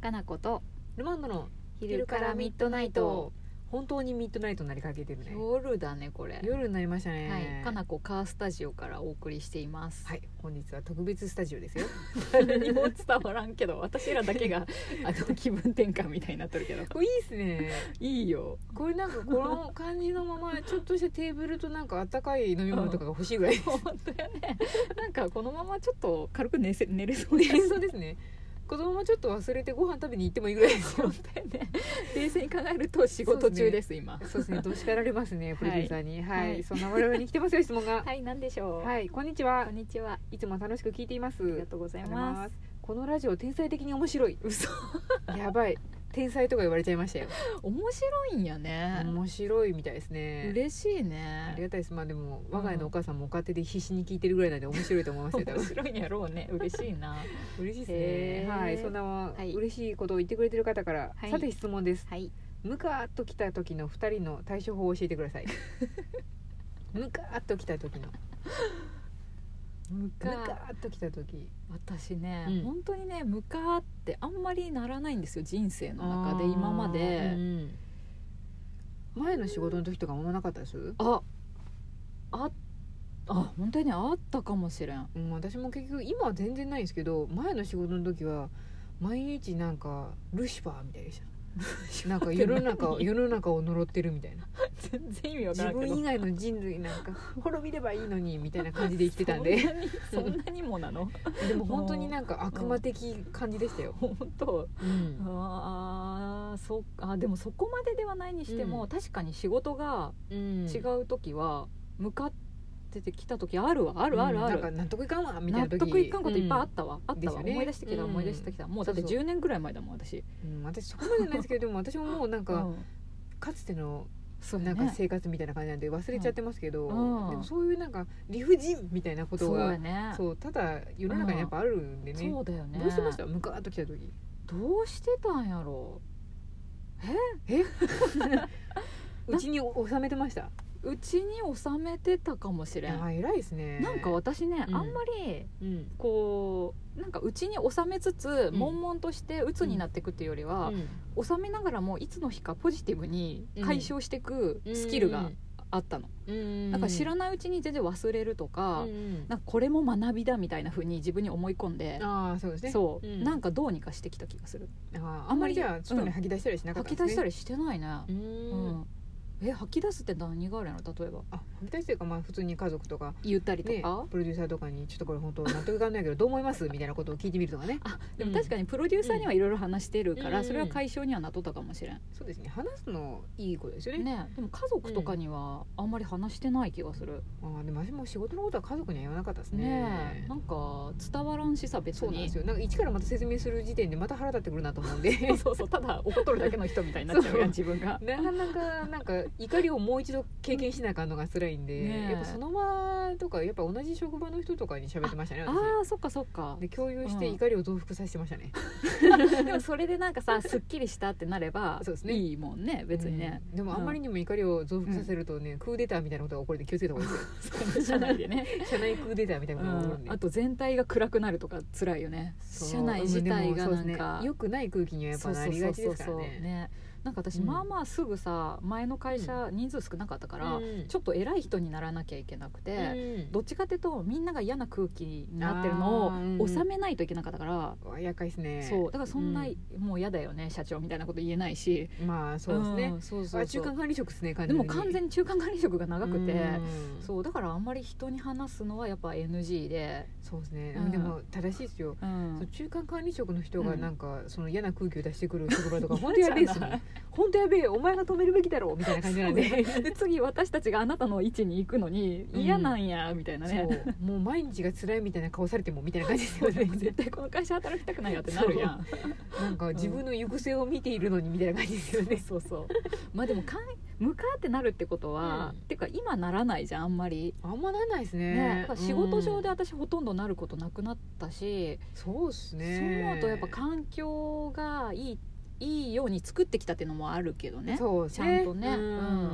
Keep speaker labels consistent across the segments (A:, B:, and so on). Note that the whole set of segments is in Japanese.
A: かなこと
B: ルマンドの
A: 昼からミッドナイト
B: 本当にミッドナイトになりかけてるね
A: 夜だねこれ
B: 夜になりました
A: は
B: ね
A: い、かなこカースタジオからお送りしています、
B: はい本日は特別スタジオですよ
A: 誰にも伝わらんけど私らだけ があの気分転換みたいになっとるけど
B: これいいっす ね
A: いいよ
B: これなんかこの感じのままちょっとしたテーブルとなんかあったかい飲み物とかが欲しいぐ らい
A: 本当やねなんかこのままちょっと軽く寝せ寝れそうです
B: そうですね子供もちょっと忘れてご飯食べに行ってもいいぐらいです よ
A: 本当やね冷静に考えると仕事中です今
B: そうですねどう叱られますねプロデューサーにはい、
A: はい
B: そんな我々に来てますよ質問が
A: はい何でしょう、
B: はい、こんにちは
A: こんにちはい
B: つも楽しく聞いています
A: ありがとうございます
B: このラジオ天才的に面白い嘘 やばい天才とか言われちゃいましたよ
A: 面白いんやね、
B: 面白いみたいですね
A: 嬉しい
B: あり
A: ね
B: がたいですまあでも我が家のお母さんもお家庭で必死に聞いてるぐらいなんで面白いと思いますよ多
A: 面
B: 分
A: 白いんやろうね嬉しいな
B: 嬉しいで
A: へ
B: すね
A: ー
B: はいそんない嬉しいことを言ってくれてる方から、
A: はい
B: さて質問です
A: はい
B: ムカーッと来た時の二人の対処法を教えてください ムカーッと来た時のム
A: ム
B: カーッと来た時
A: 私ね、
B: うん
A: 本当にねムカーってあんまりならないんですよ人生の中で今まで
B: うんうん前の仕事の時とかあんまなかったです
A: あああ本当にねあったかもしれん
B: うん、私も結局今は全然ないんですけど前の仕事の時は毎日なんかルシファーみたいでしたなんか世の中 を
A: 何
B: 世の中を呪ってるみ たいな
A: 全然意味わ
B: 自分以外の人類なんか 滅びればいいのにみたいな感じで生きてたんで
A: そんなにそんなにもなの
B: でも本当になんか悪魔的感じでしたよ、
A: 本当
B: うん
A: あーそっかあでもそこまでではないにしても、
B: うん
A: 確かに仕事が違
B: 違
A: う時は向かっててきた時あるわあるあるある、
B: なんか納得いかんわみたい
A: 納
B: な時
A: 得いかんこといっぱいあったわ、あっ
B: で
A: た
B: すよ
A: わ、
B: ね
A: 思い出してきた
B: うん
A: 思い出してきた、もうだって
B: そうそ
A: 10年ぐらい前だもん私
B: うんうん私そこまでないですけどでも私ももうなんか、
A: うん
B: かつての
A: そう
B: な
A: や
B: んか
A: ね
B: 生活みたいな感じなんで忘れちゃってますけど、
A: うん
B: でもそういうなんか理不尽みたいなこと
A: そう
B: が
A: やねそう
B: そうただ世の中にやっぱあるんでね,、
A: だよね
B: どうしてましたムカーッと来た時
A: どうしてたんやろ
B: うちに収めてました
A: ううちに収めてたかもし
B: い
A: れ
B: や
A: ん
B: ー偉いですね
A: なんか私ね、
B: うん
A: あんまり
B: うん
A: こうなんかうちに収めつつ、
B: ん
A: 悶々として鬱になっていくっていうよりは、収めながらもいつの日かポジティブに解消していくスキルがあったの、
B: うん
A: なんか知らないうちに全然忘れるとか、
B: うん
A: なんかこれも学びだみたいな風に自分に思い込んで、
B: ああそうですね
A: そう、
B: うん
A: なんかどうにかしてきた気がする
B: あー
A: あ
B: あ
A: ん
B: ん
A: ま
B: ま
A: り
B: りじゃあ外
A: うん
B: に吐き出したりしなかっ
A: 吐
B: た
A: き出した
B: り
A: りしてないね、
B: う
A: うん
B: ん
A: え吐き出すって何があるの例えば
B: あ吐き出しというかまあ普通に家族とか
A: 言ったりと
B: ね
A: か、
B: プロデューサーとかにちょっとこれ本当納得いかんないけどどう思いますみたいなことを聞いてみるとかね
A: あでも確かにプロデューサーにはいろいろ話してるから、
B: うん
A: それは解消にはなっとったかもしれん、
B: そうですね話すのいいことですよね
A: ねでも家族とかにはあんまり話してない気がする、
B: あーでも私も仕事のことは家族には言わなかったですね
A: ねえなんか伝わらんしさ別に
B: そうな んですよなんか一からまた説明する時点でまた腹立ってくるなと思うんで
A: そうそうただ怒っとるだけの人みたいになっちゃうやん自分が
B: なかなかなんか怒りをもう一度経験しなあかんのが辛いんで、
A: ねえ
B: やっぱその場とかやっぱ同じ職場の人とかに喋ってましたね
A: あ
B: 私
A: あそっかそっ か
B: で共有して
A: うん
B: 怒りを増幅させてましたね、
A: でもそれでなんかさすっきりしたってなれば
B: そうですね
A: いいもんね別にね、
B: うんでもあんまりにも怒りを増幅させるとね、クーデターみたいなことが起こるんで気をつけた方がいいですよ
A: 社内でね、
B: 社内クーデターみたいなことが起こるんで、
A: あと全体が暗くなるとか辛いよね
B: そう
A: 社内自体がな
B: う
A: ん
B: んでもそうです
A: か
B: ね良くない空気にはやっぱなりがちですからね
A: ねなんか私
B: うん
A: まあまあすぐさ前の会社人数少なかったから
B: うん
A: ちょっと偉い人にならなきゃいけなくて
B: うん
A: どっちかっていうとみんなが嫌な空気になってるの
B: あーう
A: を
B: ん
A: 収めないといけなかったから
B: うわ厄介ですね
A: そうだからそんな
B: うん
A: もう嫌だよね社長みたいなこと言えないし
B: まあそうですね、
A: んそうそう
B: あ中
A: そう
B: 間管理職ですね完
A: で
B: 全に
A: も完全に中間管理職が長くて
B: うんそう
A: そうだからあんまり人に話すのはやっぱ NG で、
B: ですね、
A: うん
B: でも正しいですよ、
A: うん
B: そう中間管理職の人が
A: うん
B: なんか、その嫌な空気を出してくる職 場とか本当やべえっすもん本当やべえお前が止めるべきだろうみたいな感じなんで
A: そう ねで次私たちがあなたの位置に行くのに
B: うん
A: 嫌なんやみたいなね、
B: そうもう毎日が辛いみたいな顔されてもみたいな感じです
A: そう
B: よ
A: ね
B: ね
A: 絶対この会社働きたくないよってなるやん
B: なんか自分の行く末を見ているのにみたいな感じですよね、
A: そうそうまあでもかん向かってなるってことは、
B: うん
A: てか今ならないじゃんあんまり、
B: あんまなんないですね
A: ね、だから仕事上で
B: うん
A: 私ほとんどなることなくなったし、
B: そうです
A: そう
B: ね
A: 思うとやっぱ環境がいいいいように作ってきたっていうのもあるけどね
B: そうっす
A: ち
B: ね
A: ゃんとね
B: う
A: うん
B: ん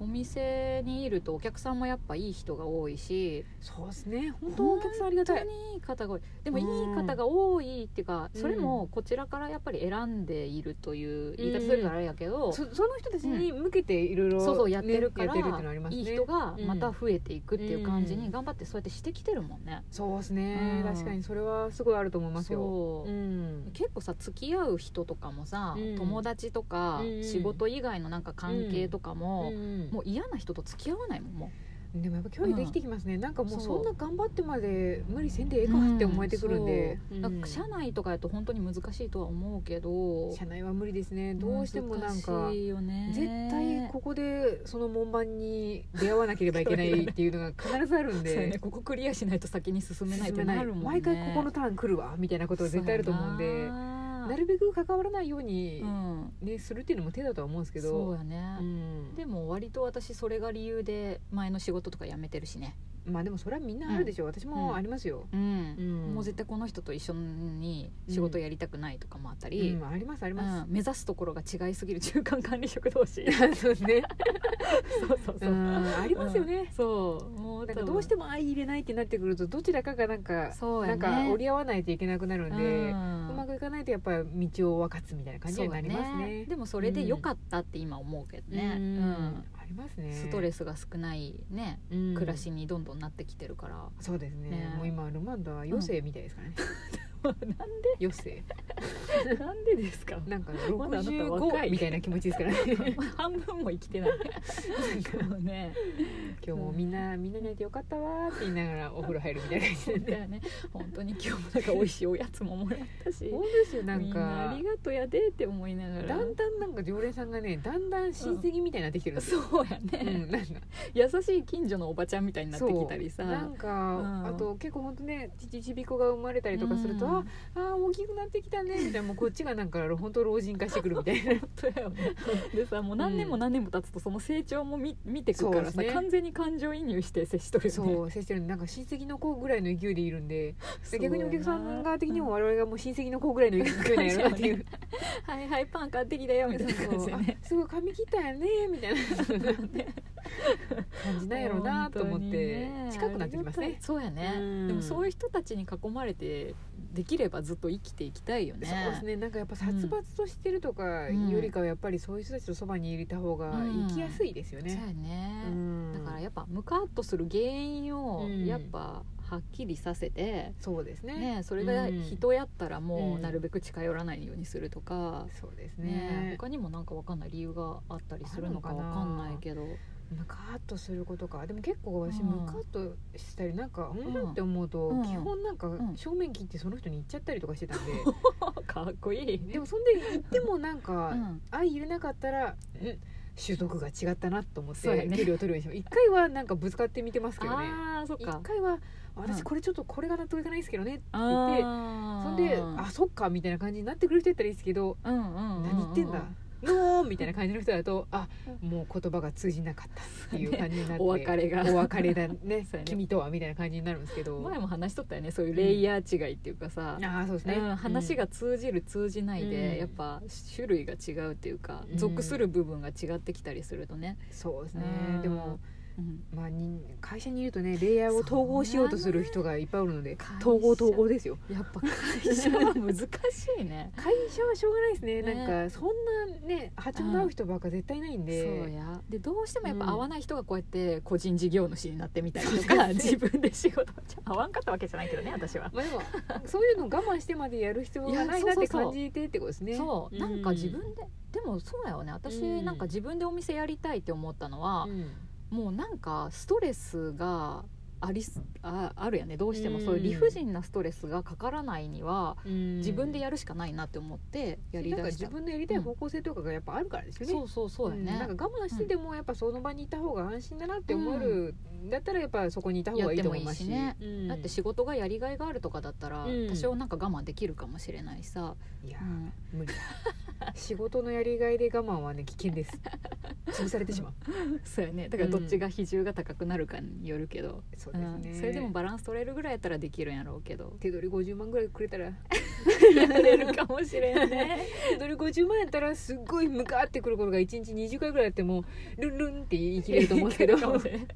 A: お店にいるとお客さんもやっぱいい人が多いし
B: そうですね本当
A: 本
B: お客さんありがたい
A: 当にいい方が多いでも
B: う
A: い
B: ん
A: い方が多いっていうか
B: うん
A: それもこちらからやっぱり選んでいるという言い方するからあれやけど、
B: そその人たちに向けていろいろ
A: そうそうやってるから、
B: やってるっていうのあります
A: いい
B: ね
A: 人がまた増えていくっていう感じ
B: うん
A: に頑張ってそうやってしてきてるもんね。
B: そうですね、
A: うん
B: 確かにそれはすごいあると思いますよ
A: そう
B: うん
A: 結構さ付き合う人とかもさ、
B: うん
A: 友達とか、
B: うん
A: 仕事以外のなんか関係とかも、
B: うん
A: もう嫌な人と付き合わないもんも
B: でもやっぱ距離できてきますね、なんかもう
A: そう
B: そんな頑張ってまで無理せんでええ
A: う
B: かって思えてくるんで、
A: そうだから社内とかやと本当に難しいとは思うけど
B: 社内は無理ですねどうしてもなんか
A: 難しいよね
B: 絶対ここでその門番に出会わなければいけない っていうのが必ずあるん
A: そうや
B: で
A: ねここクリアしないと先に進めないって
B: 進め
A: なるもんね
B: 毎回ここのターン来るわみたいなことは絶対あると思うん
A: そう
B: で
A: やな
B: なるべく関わらないように
A: う、ん
B: ね、するっていうのも手だとは思うんですけど
A: そうやね、
B: うん
A: でも割と私それが理由で前の仕事とか辞めてるしね、
B: まあでもそれはみんなあるでしょう、私もありますよ、
A: うん
B: うん
A: もう絶対この人と一緒に仕事やりたくないとかもあったり、
B: うんありますあり
A: うん
B: ます、
A: 目指すところが違いすぎる中間管理職同士
B: そうですね
A: そうそうそうう、
B: んありますよね、
A: そうもう
B: なんかどうして
A: も
B: も相入れないってなってくるとどちらかがなんか、
A: そうや
B: な
A: ね
B: んか折り合わないといけなくなるんで、うま
A: ま
B: くいかないとやっぱり道を分かつみたいな感じになりますね。
A: でもそれで良かったって今思うけどね、
B: う
A: うん
B: んありますね。
A: ストレスが少ないね
B: うん
A: 暮らしにどんどんなってきてる から、
B: そうですね
A: ね
B: もう今ルマンドは余生みたいですからね。
A: なん
B: 余生
A: でなんでですか
B: なんか
A: まだあなた若
B: 65
A: い
B: みたいな気持ちですからね。
A: 半分も生きてないそうね
B: 今日もみんなみんなに会えてよかったわーって言いながらお風呂入るみたいな感じ
A: そう
B: で
A: だよね本当に今日もなんか美味しいおやつももらったし
B: 本当ですよな
A: み
B: ん
A: んなあ
B: か
A: り。がとうやでって思いながら
B: だんだんなんか常連さんがねだんだん親戚みたいになってきてるんですよ。
A: そうや
B: う
A: ね、
B: ん、なんか
A: 優しい近所のおばちゃんみたいになってきたりさ
B: そうなんか、
A: ん
B: あと結構ほんとねちちちび子が生まれたりとかすると、
A: うん
B: ああー大きくなってきたねみたいなもうこっち がなんか本当老人化してくるみたいな
A: そうやよねでさもう何年も何年も経つとその成長も見見てくから
B: そう
A: さ、
B: ですね
A: 完全に感情移入して接しとるよね
B: そう接してるんでなんか親戚の子ぐらいの勢いでいるんで
A: そう
B: 逆にお客さん側的にも
A: うん
B: 我々がもう親戚の子ぐらいの勢いなんや ろなっていう
A: はいはいパン買ってきたよみたいな感じでね
B: あすごい髪切ったよね みたいな感じなんやろうなと思っ
A: 本当
B: て、
A: にね
B: 近くなってきます
A: ありが
B: ね
A: たいそうやね、
B: うん
A: でもそういう人たちに囲まれてできればずっと生きていきたいよね
B: そうですねなんかやっぱ殺伐としてるとかよりかはやっぱりそういう人たちとそばにいた方が生きやすいですよ
A: そう
B: ね、
A: やね、
B: うん
A: だからやっぱムカッとする原因を
B: うん
A: やっぱはっきりさせて、
B: そうですね
A: ね、それが人やったらも
B: う
A: うんなるべく近寄らないようにするとか、
B: そうです
A: ね
B: ね
A: 他にもなんかわかんない理由があったりするのかわかんない けど
B: ムカッとすることかでも結構私
A: うん
B: ムカッとしたりなんかうん
A: うん
B: って思うと
A: うん
B: 基本なんか
A: ん
B: 正面切ってその人に言っちゃったりとかしてたんで
A: かっこいい、
B: でもそんで言ってもなん
A: う
B: か
A: ん、
B: 相入れなかったらうん種族が違ったなと思っ
A: そうや
B: て
A: ね
B: 距離を取るようにしてます一回はなんかぶつかってみてますけどね
A: あーそっ
B: 一
A: か
B: 回は
A: うん
B: 私これちょっとこれが納得いかないですけどねって言ってそ
A: あー
B: んであそっかみたいな感じになってくれる人やったらいいですけど
A: うんうんうんうん
B: 何言ってんだのーみたいな感じの人だとあもう言葉が通じなかったっていう感じになって
A: お別れが
B: お別れだね
A: そうやね
B: 君とはみたいな感じになるんですけど
A: 前も話しとったよねそういうレイヤー違いっていうかさ、
B: ああそうですね、
A: うん、話
B: う
A: が
B: ん
A: 通じる通じないで、
B: うん
A: やっぱ種類が違うっていうか、
B: うん
A: 属する部分が違ってきたりするとね、
B: そうですね
A: うん
B: でも、
A: うん、
B: まあ、に会社にいるとねレイヤーを統合しようとする人がいっぱいおるので
A: 会社
B: 統合統合ですよ
A: やっぱ会社は難しいね
B: 会社はしょうがないですね
A: ね
B: なんかそんなね波長の合う人ばっか絶対ないん で、
A: そうやでどうしてもやっぱ合わない人がこうやって個人事業主になってみたりとか、
B: うん
A: 自分で仕事じゃあ合わんかったわけじゃないけどね私は。
B: まあ、でもそういうの我慢してまでやる必要がないな
A: いやそう
B: って
A: そうそう
B: 感じてってことですね
A: そううんなんか自分で、でもそうだよね私
B: うん
A: なんか自分でお店やりたいって思ったのは、
B: うん
A: もうなんかストレスがありすああるやねどうしても
B: うん
A: そういう理不尽なストレスがかからないには
B: うん
A: 自分でやるしかないなって思ってやり
B: なんか
A: だし
B: 自
A: た、
B: 分のやりたい方向性とかがやっぱあるからですよね、
A: そうそうそうやね、
B: んなんか我慢してでもやっぱその場にいた方が安心だなって思える、だったらやっぱそこにいた方がいいと思いますし
A: やって
B: うん
A: だって仕事がやりがいがあるとかだったら、
B: うん
A: 多少なんか我慢できるかもしれないしさ、
B: いや
A: う、ん
B: 無理だ仕事のやりがいで我慢はね危険 です潰されてしまう
A: そうやねだからどっちが比重が高くなるかによるけど、
B: そう
A: う
B: です
A: ん
B: ね、
A: それでもバランス取れるぐらいやったらできるんやろうけど
B: 手取り50万ぐらいくれたら
A: やれるかもしれんね
B: ドル50万円やったらすっごいムカってくることが1日20回ぐらいやってもルンルンって 言い切れると思うんです けど
A: いけるかもしれん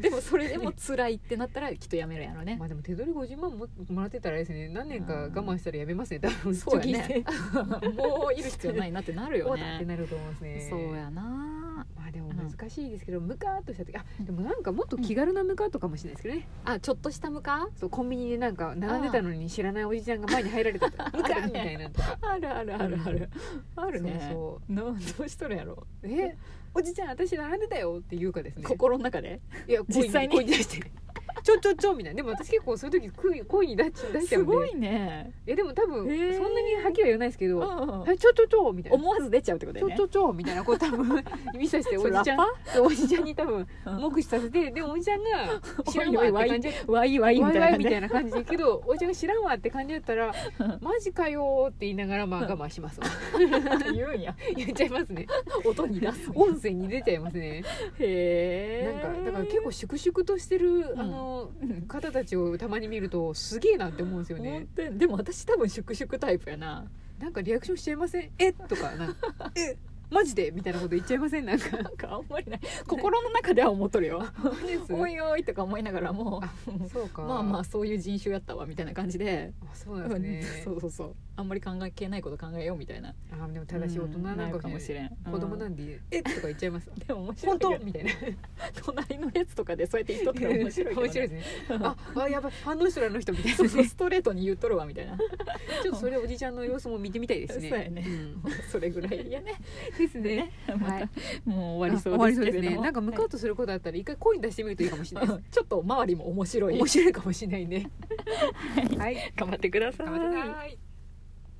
A: でもそれでも辛いってなったらきっとやめるやろね
B: まあでも手取り50万ももらってたらあれですね何年か我慢したらやめますね多分
A: そうやね
B: 貯金して
A: もういる必要ないなってなる
B: そ
A: よ
B: うだっ
A: ね
B: てなると思いますね
A: そうやな
B: まあでも難しいですけどムカーっとした時あでもなんかもっと気軽なムカーとかもしれないですけどね
A: あちょっとしたムカ
B: そうコンビニでなんか並んでたのに知らないおじちゃんが前に入られたとかムカーみたいなのとか
A: あるある
B: あるある
A: あ
B: あ
A: るね
B: そうそう
A: などうしとるやろ
B: えおじちゃん私並んでたよって言うかですね
A: 心の中で
B: い や
A: 実際に
B: 声に出して ちょちょちょみたいなでも私結構そういう時声声に出し出しちゃ
A: す
B: うんで
A: ごいね
B: いやでも多分そ
A: へー
B: んなにはっきりは言わないですけど
A: うん
B: はいちょちょちょみたいな
A: 思わず出ちゃうってことだ
B: ち
A: よ
B: ょ
A: ね
B: ちょちょみたいなこう 多分指さしてお
A: それ
B: じ
A: ラ
B: ち
A: ッ
B: ゃん
A: パ
B: そうおじちゃんに多分
A: うん
B: 目視させてでもおじちゃんが
A: おい
B: 知らんわって感じで
A: わいわいみ
B: ワ
A: た
B: イ
A: いな
B: ワイみた
A: ね
B: いな感じだけ どおじちゃんが知らんわって感じだったらマジかよーって言いながらまあ我慢します
A: 言うんや
B: 言っちゃいますね
A: 音に出す
B: 音声に出ちゃいます
A: へ
B: ねなん
A: え
B: かだから結構粛々としてる、
A: ん
B: あの
A: うん
B: 方たちをたまに見るとすげえなって思うんですよね
A: 本当やでも私多分粛々タイプやな
B: なんかリアクションしちゃいませんえとかな んかえマジでみたいなこと言っちゃいませんなんか
A: なんかあんまりない心の中では思っとる よおいおいとか思いながらも
B: あそうか
A: まあまあそういう人種やったわみたいな感じで
B: あ そうなんですね、
A: そうそうそうあんまり考えないこと考えようみたいな
B: あでも正しい大人な
A: うん
B: の
A: る
B: か
A: か
B: も
A: も
B: し
A: し
B: れ
A: れん
B: ない、子供
A: う
B: なんんでえとか言っちゃいます
A: でも面白い
B: 本当
A: よ
B: みたいな
A: 隣の列とかでそうやって言っとったら面
B: 面
A: 白
B: 白
A: い
B: い
A: けどね
B: ですねああやばい反応したらあの人みたいな
A: そうそうストレートに言っとるわみたい な
B: ちょっとそれおじちゃんの様子も見てみたいですね
A: そうやね
B: ん
A: それぐら いやね
B: ですね
A: また
B: はい
A: もう
B: あ
A: 終わり
B: 終
A: そう
B: わ
A: で
B: り
A: す
B: そう
A: け
B: で
A: れ
B: す
A: ど
B: ね
A: も
B: なんかムカッとすることあったら一回声に出してみるといいかもしれないです
A: うんちょっと周りも面白い
B: 面白いかもしれないねはい
A: 頑張ってください
B: 頑張ってください